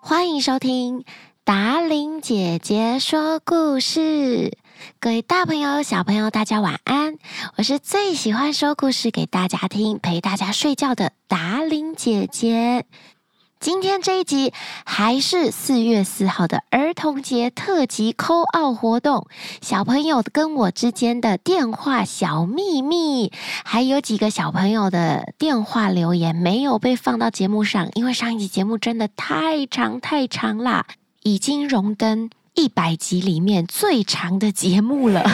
欢迎收听达玲姐姐说故事。各位大朋友、小朋友，大家晚安！我是最喜欢说故事给大家听、陪大家睡觉的达玲姐姐。今天这一集还是四月四号的儿童节特辑扣奥活动，小朋友跟我之间的电话小秘密，还有几个小朋友的电话留言没有被放到节目上，因为上一集节目真的太长太长啦，已经荣登一百集里面最长的节目了，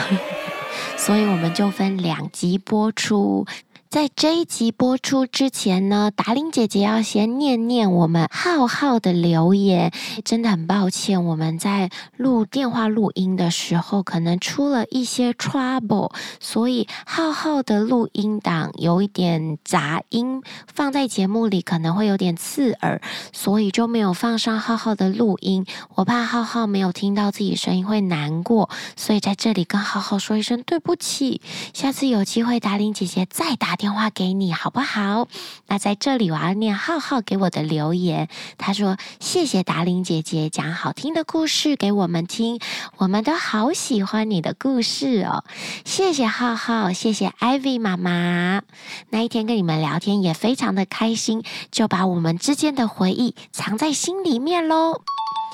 所以我们就分两集播出。在这一集播出之前呢，达玲姐姐要先念念我们浩浩的留言。真的很抱歉，我们在录电话录音的时候，可能出了一些 trouble，所以浩浩的录音档有一点杂音，放在节目里可能会有点刺耳，所以就没有放上浩浩的录音。我怕浩浩没有听到自己声音会难过，所以在这里跟浩浩说一声对不起。下次有机会，达玲姐姐再打电话给你，好不好？那在这里，我要念浩浩给我的留言。他说：“谢谢达玲姐姐讲好听的故事给我们听，我们都好喜欢你的故事哦。”谢谢浩浩，谢谢 Ivy 妈妈。那一天跟你们聊天也非常的开心，就把我们之间的回忆藏在心里面喽。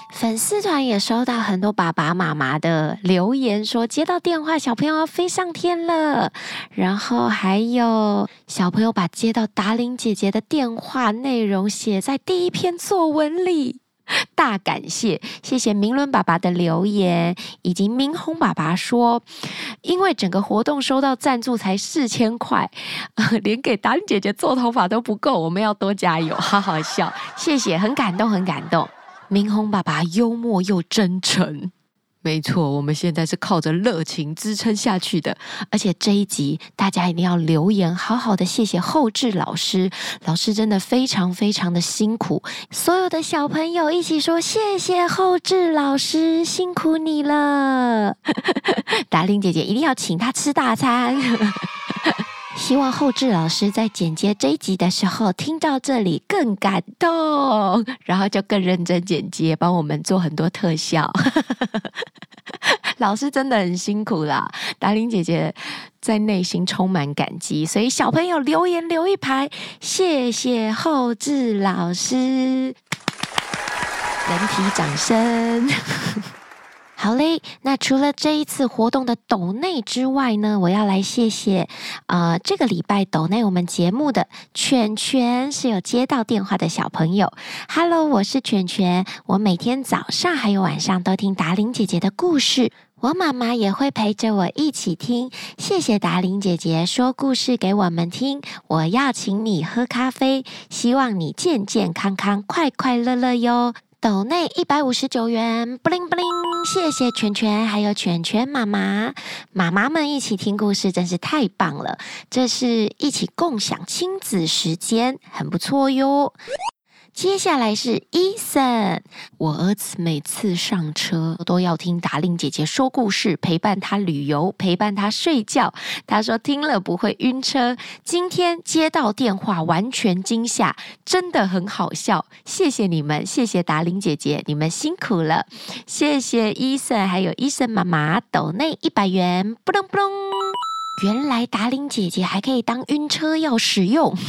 粉丝团也收到很多爸爸妈妈的留言，说接到电话，小朋友要飞上天了。然后还有小朋友把接到达玲姐姐的电话内容写在第一篇作文里，大感谢，谢谢明伦爸爸的留言，以及明宏爸爸说，因为整个活动收到赞助才四千块，呃连给达玲姐姐做头发都不够，我们要多加油，好好笑，谢谢，很感动，很感动。明宏爸爸幽默又真诚。没错，我们现在是靠着热情支撑下去的。而且这一集大家一定要留言，好好的谢谢后置老师，老师真的非常非常的辛苦。所有的小朋友一起说谢谢后置老师，辛苦你了。达令姐姐一定要请他吃大餐。 希望后置老师在剪接这一集的时候，听到这里更感动，然后就更认真剪接，帮我们做很多特效。 老师真的很辛苦啦，达玲姐姐在内心充满感激，所以小朋友留言留一排，谢谢后置老师，人体掌声。好嘞，那除了这一次活动的抖内之外呢，我要来谢谢呃，这个礼拜抖内我们节目的犬犬是有接到电话的小朋友。Hello，我是犬犬，我每天早上还有晚上都听达玲姐姐的故事。我妈妈也会陪着我一起听，谢谢达玲姐姐说故事给我们听。我要请你喝咖啡，希望你健健康康、快快乐乐哟。斗内一百五十九元，布灵布灵，谢谢全全，还有全全妈妈，妈妈们一起听故事真是太棒了，这是一起共享亲子时间，很不错哟。接下来是 Eason，我儿子每次上车都要听达令姐姐说故事，陪伴他旅游，陪伴他睡觉。他说听了不会晕车。今天接到电话，完全惊吓，真的很好笑。谢谢你们，谢谢达令姐姐，你们辛苦了。谢谢 Eason，还有 Eason 妈妈，斗内一百元，不隆不隆。原来达令姐姐还可以当晕车药使用。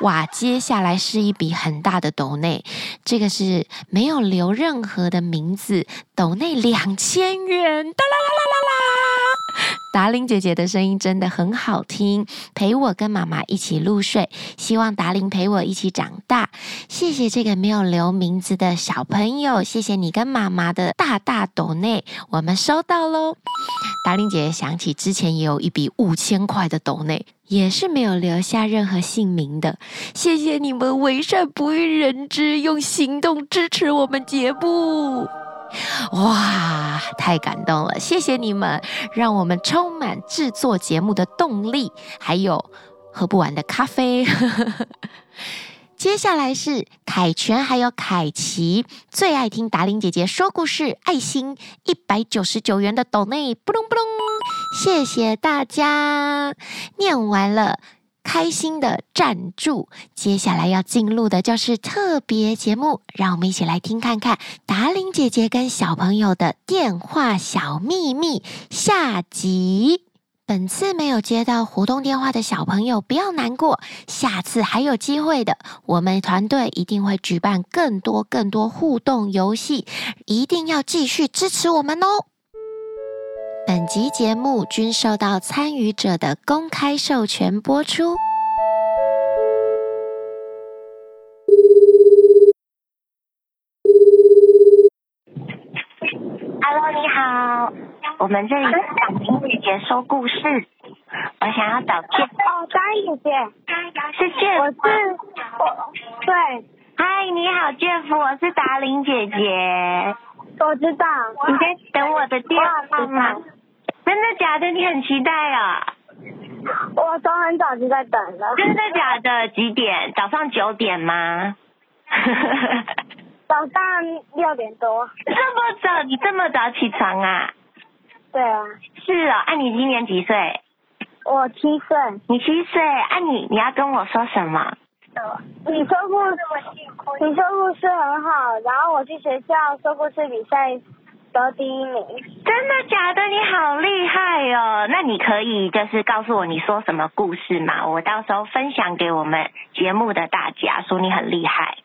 哇，接下来是一笔很大的斗内，这个是没有留任何的名字，斗内两千元，哒啦啦啦啦啦！达玲姐姐的声音真的很好听，陪我跟妈妈一起入睡，希望达玲陪我一起长大。谢谢这个没有留名字的小朋友，谢谢你跟妈妈的大大斗内，我们收到喽。达玲姐姐想起之前也有一笔五千块的斗内，也是没有留下任何姓名的。谢谢你们为善不欲人知，用行动支持我们节目。哇，太感动了！谢谢你们，让我们充满制作节目的动力，还有喝不完的咖啡。 接下来是凯旋还有凯奇，最爱听达玲姐姐说故事，爱心一百九十九元的斗内，不隆不隆，谢谢大家，念完了。开心的站住。接下来要进入的就是特别节目，让我们一起来听看看达玲姐姐跟小朋友的电话小秘密下集。本次没有接到活动电话的小朋友不要难过，下次还有机会的。我们团队一定会举办更多更多互动游戏，一定要继续支持我们哦。本集节目均受到参与者的公开授权播出。 Hello，你好，我们这里是小明姐姐说故事，我想要找健，哦，张姐姐，是健我夫是。我，对，嗨，你好，健夫，我是达玲姐姐。我知道。你在等我的电话吗？真的假的？你很期待啊？我从很早就在等了，真的假的？几点？早上九点吗？ 早上六点多。这么早？你这么早起床啊？对啊，是哦，啊，你今年几岁？我七岁。你七岁？啊你，你要跟我说什么？你说故你说故事很好，然后我去学校说故事比赛得第一名。真的假的？你好厉害哦！那你可以就是告诉我你说什么故事吗？我到时候分享给我们节目的大家，说你很厉害。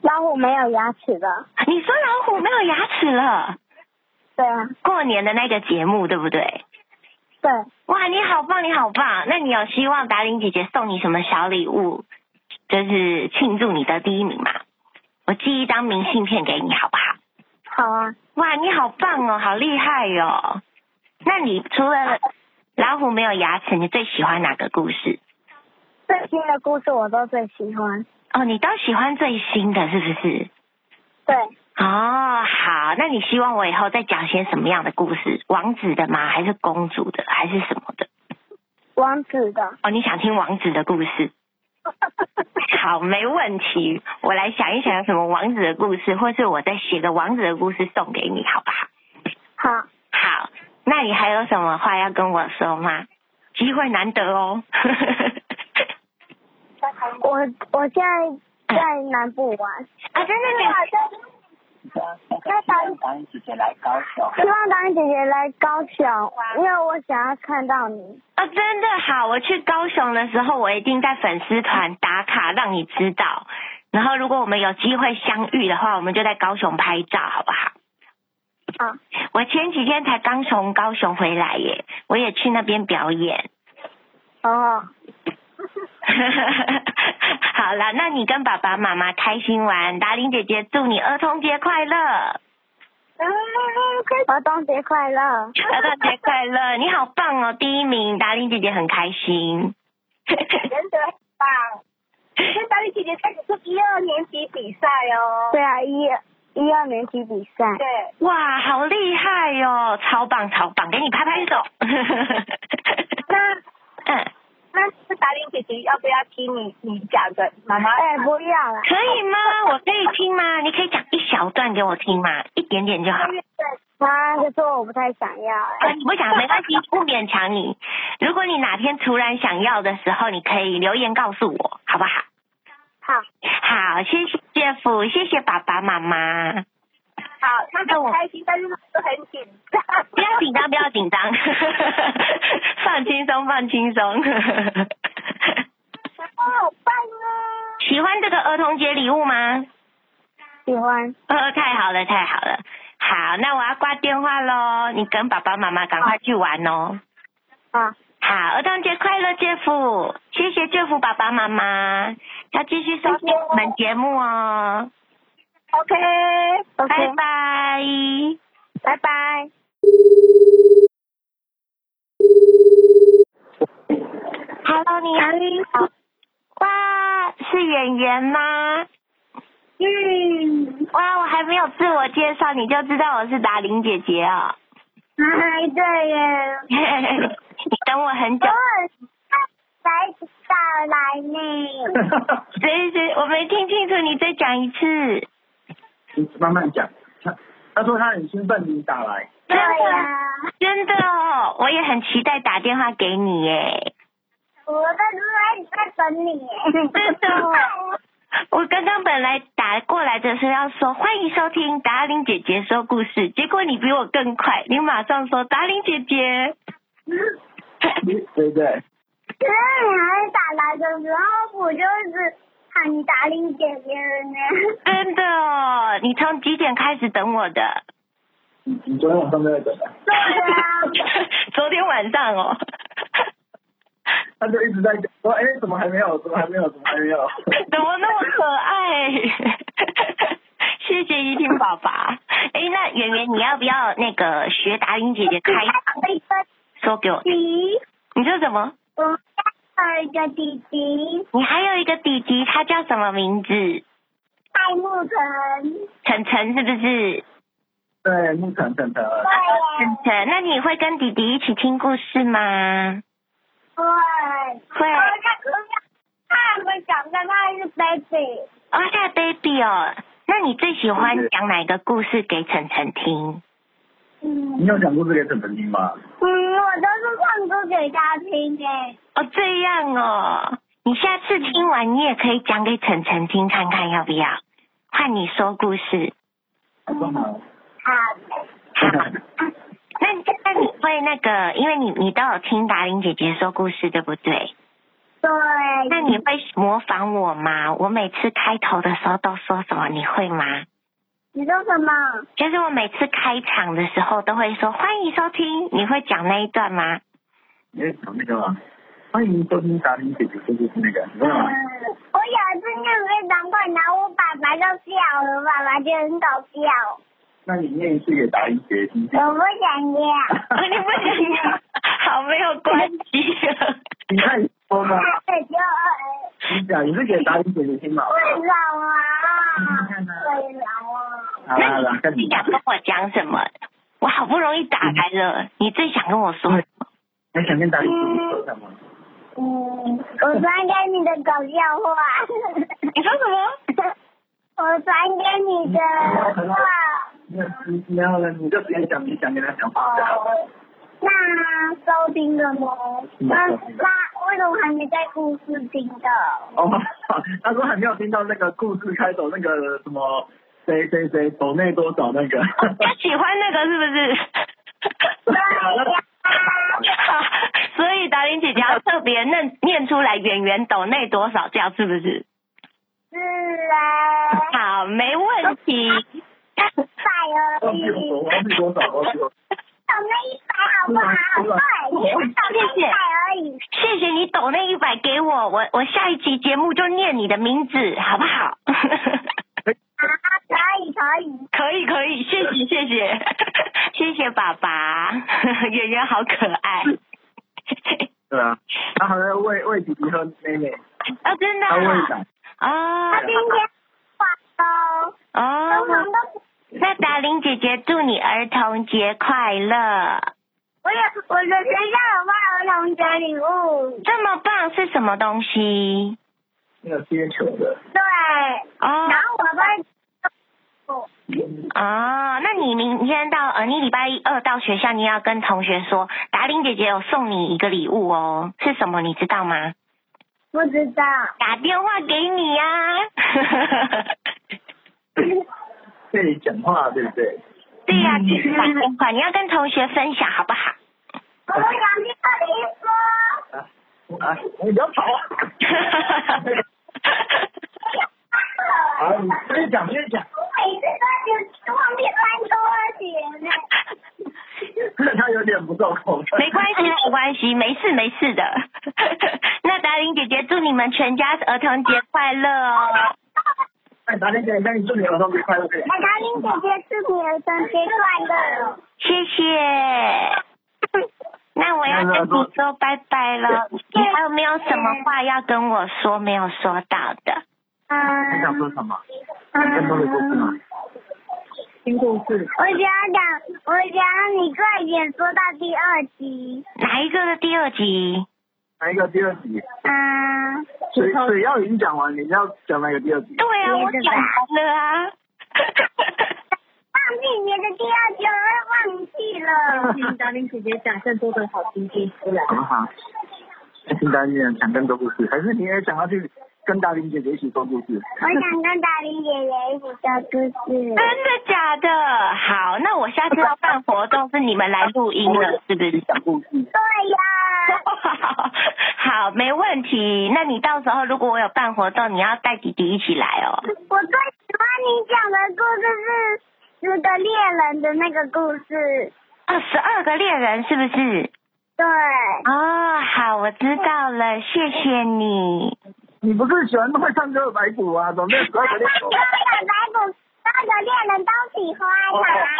老虎没有牙齿的。你说老虎没有牙齿了？对啊，过年的那个节目对不对？对，哇，你好棒，你好棒！那你有希望达玲姐姐送你什么小礼物，就是庆祝你的第一名吗？我寄一张明信片给你好不好？好啊。哇，你好棒哦，好厉害哟、哦！那你除了老虎没有牙齿，你最喜欢哪个故事？最新的故事我都最喜欢。哦，你都喜欢最新的是不是？对，哦，好，那你希望我以后再讲些什么样的故事？王子的吗？还是公主的？还是什么的？王子的。哦，你想听王子的故 事？好，没问题。我来想一想有什么王子的故事，或是我再写个王子的故事送给你，好不好？好，好，那你还有什么话要跟我说吗？机会难得哦。我我现在在南部玩。啊，真的假的？那导演欢迎姐姐来高雄。 希望导演姐姐来高雄，因为我想要看到你。啊，真的好！我去高雄的时候，我一定在粉丝团打卡，让你知道。然后，如果我们有机会相遇的话，我们就在高雄拍照，好不好？好，我前几天才刚从高雄回来耶，我也去那边表演。 哦，好啦，那你跟爸爸妈妈开心玩，达玲姐姐祝你儿童节快乐，活动节快乐！儿童节快乐！你好棒哦，第一名，达玲姐姐很开心。真的棒！是导演姐姐开始是一二年级比赛哦。对啊，一一二年级比赛。对，哇，好厉害哟、超棒超棒，给你拍拍手。那嗯，那是达玲姐姐要不要听你你讲的妈妈？哎、不要了。可以吗？我可以听吗？你可以讲一小段给我听吗？一点点 就好。啊，可是我不太想要、啊哎，你不想没关系，不勉强你。如果你哪天突然想要的时候，你可以留言告诉我，好不好？好，好，谢谢姐夫，谢谢爸爸妈妈。好，她那我开心，但是都很紧张。不要紧张，不要紧张， 放轻松，放轻松。 哎好棒哦！喜欢这个儿童节礼物吗？喜欢。呃，太好了，太好了。好，那我要挂电话喽，你跟爸爸妈妈赶快去玩哦。啊，好，儿童节快乐，杰夫！谢谢杰夫爸爸妈妈，要继续收听我们节目哦， OK，拜 OK，拜。拜拜。 Hello，你好。哇，是演员吗？嗯，哇，我还没有自我介绍，你就知道我是达玲姐姐哦。哎，对耶， 你等我很久，我来到来呢。谁谁我没听清楚，你再讲一次。你慢慢讲。他他说他很兴奋，你打来。真的哦呀，真的哦，我也很期待打电话给你耶。我在在在等你。真的哦我刚刚本来打过来的时候要说欢迎收听达玲姐姐说故事，结果你比我更快，你马上说达玲姐姐。对不对？可是你还打来的时候，我就是喊你达令姐姐了呢。真的哦，你从几点开始等我的？你你昨天晚上在等啊，对啊， 昨天晚上哦。他就一直在讲说，哎，怎么还没有？怎么还没有？怎么还没有？ 怎么那么可爱？ 谢谢一听爸爸。哎，那圆圆，你要不要那个学达玲姐姐开一个说给我听？弟，你说什么？我们家还有一个弟弟，你还有一个弟弟，他叫什么名字？戴沐晨。晨晨是不是？对，木城城晨城，对，晨，那你会跟弟弟一起听故事吗？对，会我在哥哥，他还没长大，他还是 baby。哦，大 baby 哦，那你最喜欢讲哪个故事给晨晨听？嗯你有讲故事给晨晨听吗？嗯，我都是唱歌给他听诶。哦，这样哦，你下次听完你也可以讲给晨晨听看看要不要？换你说故事，干嘛？好的，好。那那你会那个，因为你你都有听达玲姐姐说故事，对不对？对。那你会模仿我吗？我每次开头的时候都说什么，你会吗？你说什么？就是我每次开场的时候都会说欢迎收听，你会讲那一段吗？ 你在讲那个吗？欢迎收听达玲姐姐说故事那个，你知嗯，道吗？我有一次念非常快，然后我爸爸就笑了，爸爸就很搞笑。那你念一次给达玲姐姐听听。我不想念。啊嗯你不想讲，好没有关系。 你看你说吗？对，就饿你讲，你是给达玲姐姐听吗？会老啊，看看会老啊。好啦好啦，那看你你你。想跟我讲什么？我好不容易打来了，你最想跟我说什么？还想跟达玲姐姐说什么？嗯，我传给你的搞笑话，你说什么？我传给你的话。那你然后呢？你就直接讲你想跟他讲话就好了。哦，那收听了吗？那那为什么还没在故事听的？哦， 他说还没有听到那个故事开头那个什么谁谁谁走内多少那个。他喜欢那个是 不是？对啊，那所以达玲姐姐要特别念念出来圆圆斗内多少这样是不是？是啊，好，没问题。 百而忘已记，我忘记多少，忘记多少少。那一百好不好？对，少那一百而已。谢谢你抖那一百给我，我我下一期节目就念你的名字，好不好？ 好，可以可以。可以可以，谢谢谢谢 谢谢爸爸， 圆圆好可爱。 对啊，他还在喂喂弟弟和妹妹，啊，真的他喂啊奶。哦他今天晚哦，通哦，常都那达玲姐姐祝你儿童节快乐，我有我的学校有卖儿童节礼物，这么棒是什么东西？那个接球的，对，哦然后我在。嗯哦，那你明天到呃，你礼拜一二到学校，你要跟同学说，达玲姐姐有送你一个礼物哦，是什么你知道吗？不知道，打电话给你呀、对你讲话对不对？ 对呀、就是打电话，你要跟同学分享好不好？ 我不想听你说。啊啊，你不要 吵啊！啊，你继续讲，继续讲。我每次都就忘记穿拖鞋呢。他有点不受控。没关系，没关系，没事没事的。 那达玲姐姐祝你们全家儿童节快乐哦！系。达玲姐，那你祝你儿童节快乐。那达玲姐姐祝你儿童节快乐。谢谢。那我要跟你说拜拜了。你还有没有什么话要跟我说没有说到的？你想嗯说什么？更多的故事吗嗯，？听故事。我想讲，我想你快点说到第二集。哪一个的第二集？哪一个第二集？嗯，水水曜已经讲完，你要讲哪个第二集？对啊，我讲完了啊。忘记你的第二集，我会忘记了。嗯请达玲姐姐讲更多的好听听出来。好不好？清单里面想更多故事，还是你也想要去跟达玲姐姐一起说故事？我想跟大林姐姐一起说故事 真。的假的？好，那我下次要办活动是你们来录音了，是不是？讲故事。嗯对呀， 好，没问题。那你到时候如果我有办活动，你要带弟弟一起来哦。我最喜欢你讲的故事是《十个猎人》的那个故事。啊，十二个猎人是不是？对，哦，好，我知道了，谢谢你。你不是喜欢会唱歌的白骨啊？怎么没有十二个猎我的白骨，那个猎人都喜欢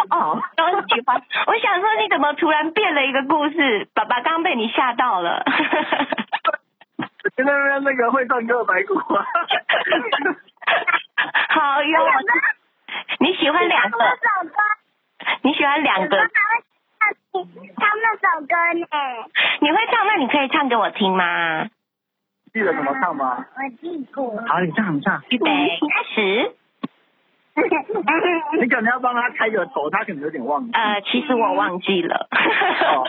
头？哦，都喜欢。我想说，你怎么突然变了一个故事？爸爸刚被你吓到了。 现在那个会唱歌的白骨啊。好哟，我你喜欢两他们个？首歌，你喜欢两个？他们他们首歌呢？你会唱？那你可以唱给我听吗？记得怎么唱吗？我记过。好，你唱，你唱。预备，开始。你可能要帮他开个头，他可能有点忘记。呃，其实我忘记了。哦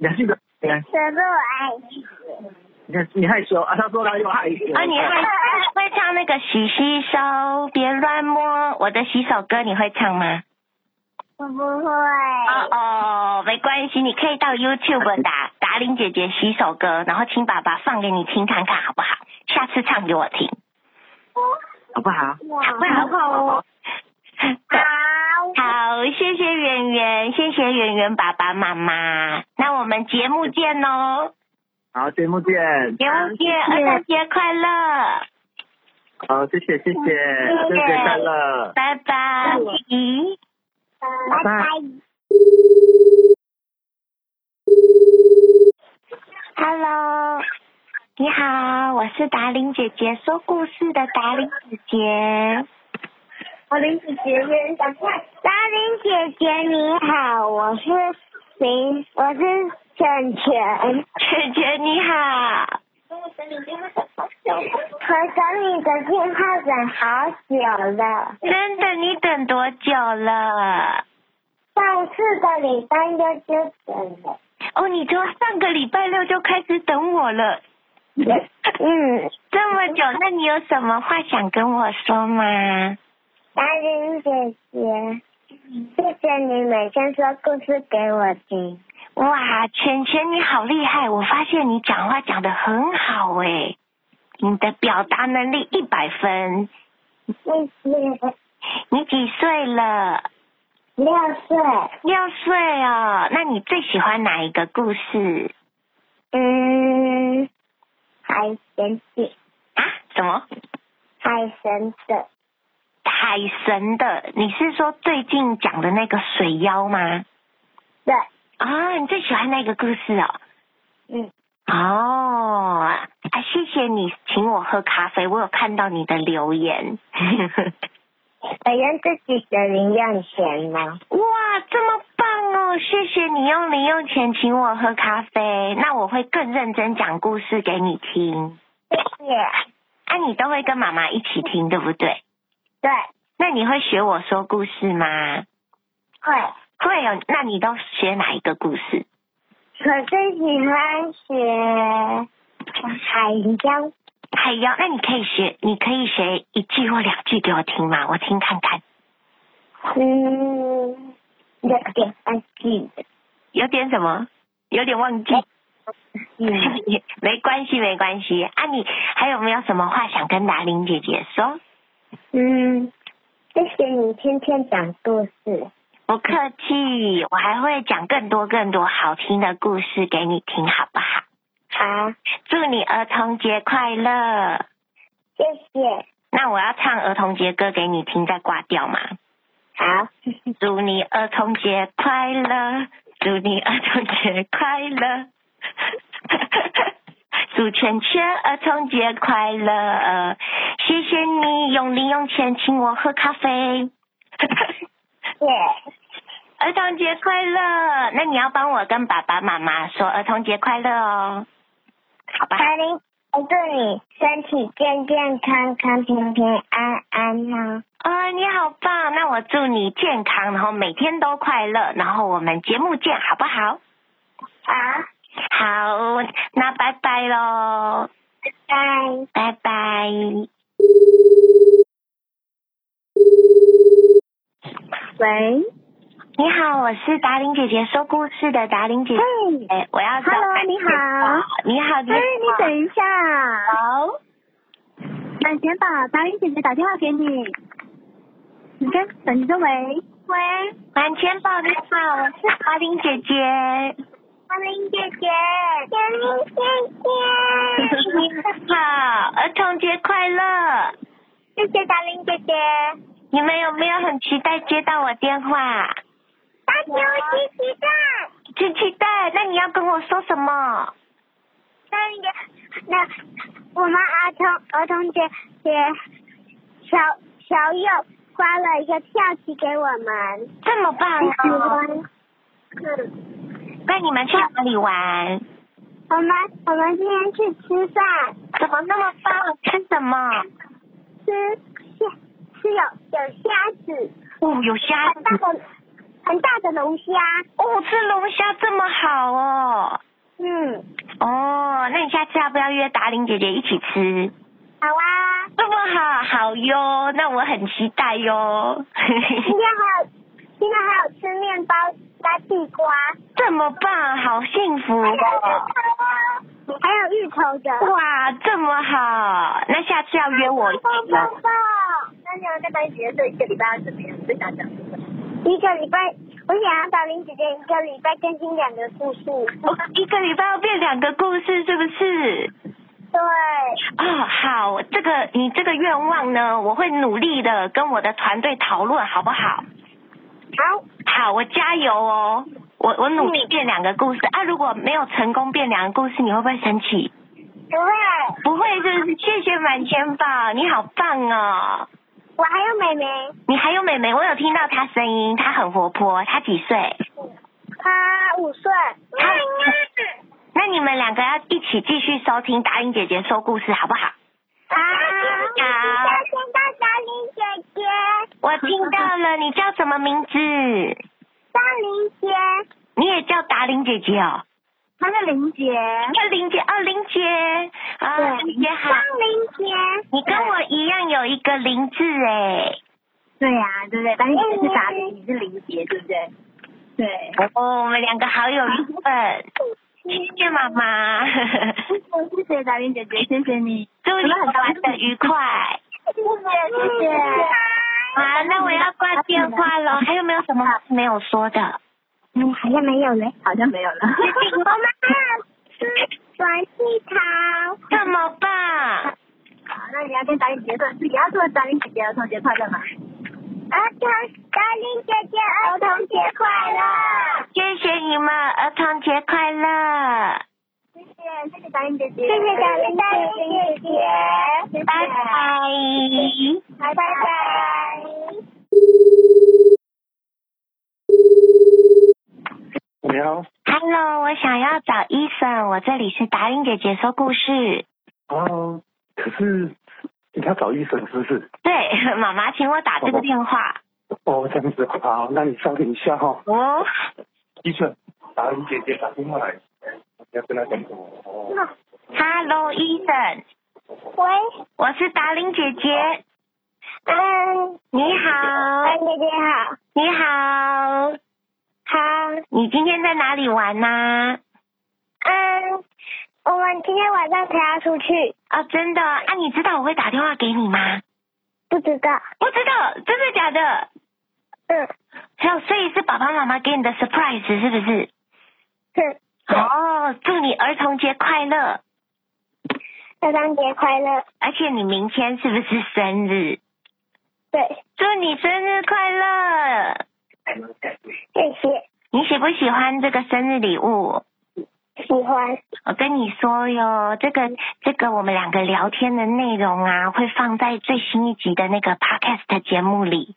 你还记得？你还可是我爱死。你还你害羞啊？他说他又害羞。啊，你会会唱那个洗洗手，别乱摸我的洗手歌，你会唱吗？我不会。哦哦，没关系，你可以到 YouTube 打达玲姐姐洗手歌，然后请爸爸放给你听看看好不好？下次唱给我听，好不好？哇会好不好哦？好。好，谢谢圆圆，谢谢圆圆爸爸妈妈，那我们节目见哦，好，节目见。节目见，儿童节快乐，好，谢谢谢谢，生日快乐。拜拜。咦拜拜。 Hello，你好，我是达玲姐姐说故事的达玲姐姐。我林姐姐，达林姐姐你好，我是林，我是浅浅。姐姐你好，我等你电话等好久了，真的你等多久了？上次的礼拜六就等了。哦，你从上个礼拜六就开始等我了，嗯，这么久，那你有什么话想跟我说吗？达林姐姐，谢谢你每天说故事给我听。哇，浅浅你好厉害，我发现你讲话讲得很好诶，你的表达能力一百分。谢谢。你几岁了？六岁，六岁哦，那你最喜欢哪一个故事嗯，海神的啊？什么？海神的，海神的？你是说最近讲的那个水妖吗？对，啊，你最喜欢那个故事哦。嗯。哦，啊，谢谢你请我喝咖啡，我有看到你的留言。我用自己的零用钱吗？哇，这么棒哦！谢谢你用零用钱请我喝咖啡，那我会更认真讲故事给你听。谢谢。啊，你都会跟妈妈一起听，对不对？对，那你会学我说故事吗？会。会哦。那你都学哪一个故事？我最喜欢学海洋，海妖？那你可以学，你可以学一句或两句给我听吗？我听看看。嗯，有点忘记的，有点什么？有点忘记。嗯， 没关系，没关系。啊，你还有没有什么话想跟达玲姐姐说？嗯，谢谢你天天讲故事，不客气，我还会讲更多更多好听的故事给你听，好不好？好，祝你儿童节快乐！谢谢，那我要唱儿童节歌给你听，再挂掉吗？好，祝你儿童节快乐，祝你儿童节快乐， 祝全全儿童节快乐，谢谢你用零用钱请我喝咖啡，谢，儿童节快乐。那你要帮我跟爸爸妈妈说儿童节快乐哦，好吧？海林，我祝哎你身体健健康康、平平安安哦，啊、你好棒！那我祝你健康，然后每天都快乐，然后我们节目见，好不好？好，好，那拜拜喽，拜。拜拜。喂，你好，我是达玲姐姐说故事的达玲姐姐，嘿，哎我要找 Hello，安你姐吧。你好，你哎，你好。等一下，好，等钱吧，达玲姐姐打电话给你，你跟等你跟喂，喂，满千宝你好，我是达玲姐姐。达玲姐姐，达玲姐姐，好，儿童节快乐！谢谢达玲姐姐，你们有没有很期待接到我电话？大家我期待，真期待。那你要跟我说什么？达玲姐，那我们儿童儿童节节小小友发了一个票期给我们，这么棒哦！嗯。那你们去哪里玩？我们我们今天去吃饭，怎么那么棒？吃什么？吃虾，吃有有虾子，哦，有虾很子大的很大的龙虾。哦，吃龙虾这么好哦。嗯，哦，那你下次要不要约达玲姐姐一起吃？好啊。这么好，好哟，那我很期待 哟。今天还有今天还有吃面包加地瓜，这么棒，好幸福还有哦哦！还有芋头的。哇，这么好，那下次要约我一起吗？棒！那你要在白姐这一个礼拜要怎么样？最想讲一个礼拜，我想要找林姐姐一个礼拜更新两个故事。我哦一个礼拜要变两个故事，是不是？对，哦，好，这个你这个愿望呢，我会努力的跟我的团队讨论，好不好？好，好，我加油哦，我我努力嗯变两个故事、啊！如果没有成功变两个故事，你会不会生气？不会。不会，是不是？谢谢满千宝，你好棒哦！我还有妹妹，你还有妹妹，我有听到她声音，她很活泼，她几岁？她五岁。她那你们两个要一起继续收听达英姐姐说故事，好不好？啊！要听到小林姐姐，我听到了，你叫什么名字？小林姐，你也叫达玲姐姐哦，她是林姐，啊二玲姐，二玲姐，啊，对玲姐好，林姐。你跟我一样有一个林字哎，对呀、对不对？但是你是打铃，你是林杰，对不对？对，哦，我们两个好有缘分，谢谢妈妈，谢谢达玲姐姐，谢谢你。祝你玩的愉快。谢谢谢谢。好，那我要挂电话喽，还有没有什么没有说的？嗯，好像没有嘞。好像没有了。我们要吃转地桃。这么棒，好，那你要跟达玲姐姐说，你要说达玲姐姐儿童节快乐嘛。儿童，小林姐姐儿童节快乐！谢谢你们，儿童节快乐，谢谢，谢谢达玲姐姐谢谢小林姐姐，拜拜。拜拜。你好， Hello，我想要找医生，我这里是达玲姐姐说故事。哦，可是你要找医生是不是？对， 妈妈请我打这个电话。哦，这样子，好，那你稍等一下哈、哦。哦，医生，达玲姐姐打电话来，你要跟她讲什么？哦 Hello，医生，喂，我是达玲姐姐。嗯，你好，安姐姐好，你好，好，你今天在哪里玩啊呢、嗯，我们今天晚上才要出去，哦，真的啊？你知道我会打电话给你吗？不知道，不知道，真的假的？嗯，还有，所以是爸爸妈妈给你的 surprise 是不是？哼，哦，祝你儿童节快乐！儿童节快乐，而且你明天是不是生日？对，祝你生日快乐！谢谢，你喜不喜欢这个生日礼物？喜欢，我跟你说哟，这个这个我们两个聊天的内容啊，会放在最新一集的那个 podcast 节目里，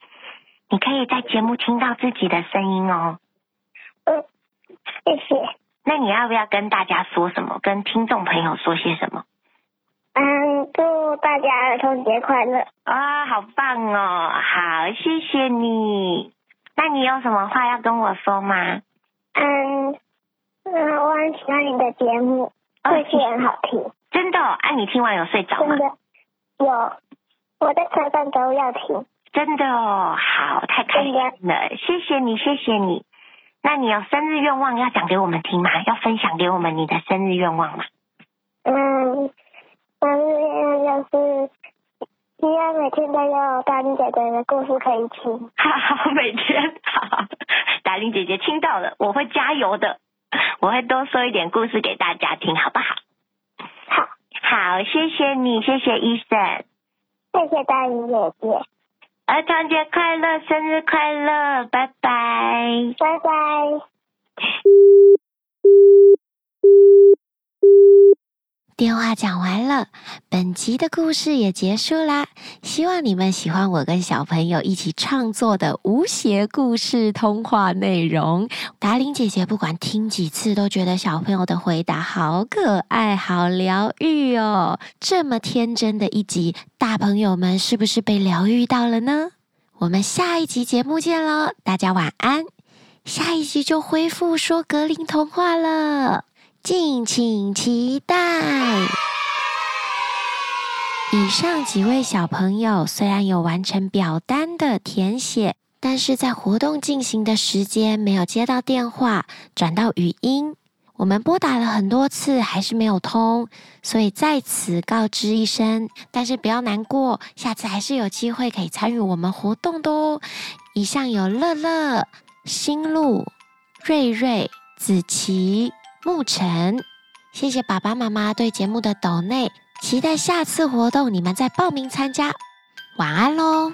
你可以在节目听到自己的声音哦。嗯，谢谢，那你要不要跟大家说什么？跟听众朋友说些什么？嗯，祝大家儿童节快乐，啊、好棒哦！好，谢谢你。那你有什么话要跟我说吗？嗯，嗯，我很喜喜欢你的节目，这些很好听，真的哦、啊，你听完有睡着吗真？的有，我在车上都要听，真的哦，好，太开心了，谢谢你，谢谢你。那你有生日愿望要讲给我们听吗？要分享给我们你的生日愿望吗？嗯，但是就是希望每天都有大丽姐姐的故事可以听，好好， 每天好，达令姐姐听到了，我会加油的，我会多说一点故事给大家听，好不好？好，好，谢谢你，谢谢医生，谢谢大丽姐姐，儿童节快乐，生日快乐，拜拜。拜拜。电话讲完了，本集的故事也结束啦。希望你们喜欢我跟小朋友一起创作的无邪故事通话内容。达玲姐姐不管听几次，都觉得小朋友的回答好可爱、好疗愈哦。这么天真的一集，大朋友们是不是被疗愈到了呢？我们下一集节目见喽，大家晚安。下一集就恢复说格林童话了。敬请期待。以上几位小朋友虽然有完成表单的填写，但是在活动进行的时间没有接到电话，转到语音。我们拨打了很多次，还是没有通，所以在此告知一声。但是不要难过，下次还是有机会可以参与我们活动的哦。以上有乐乐、心路、瑞瑞、子琪。沐晨，谢谢爸爸妈妈对节目的抖内，期待下次活动你们再报名参加。晚安喽。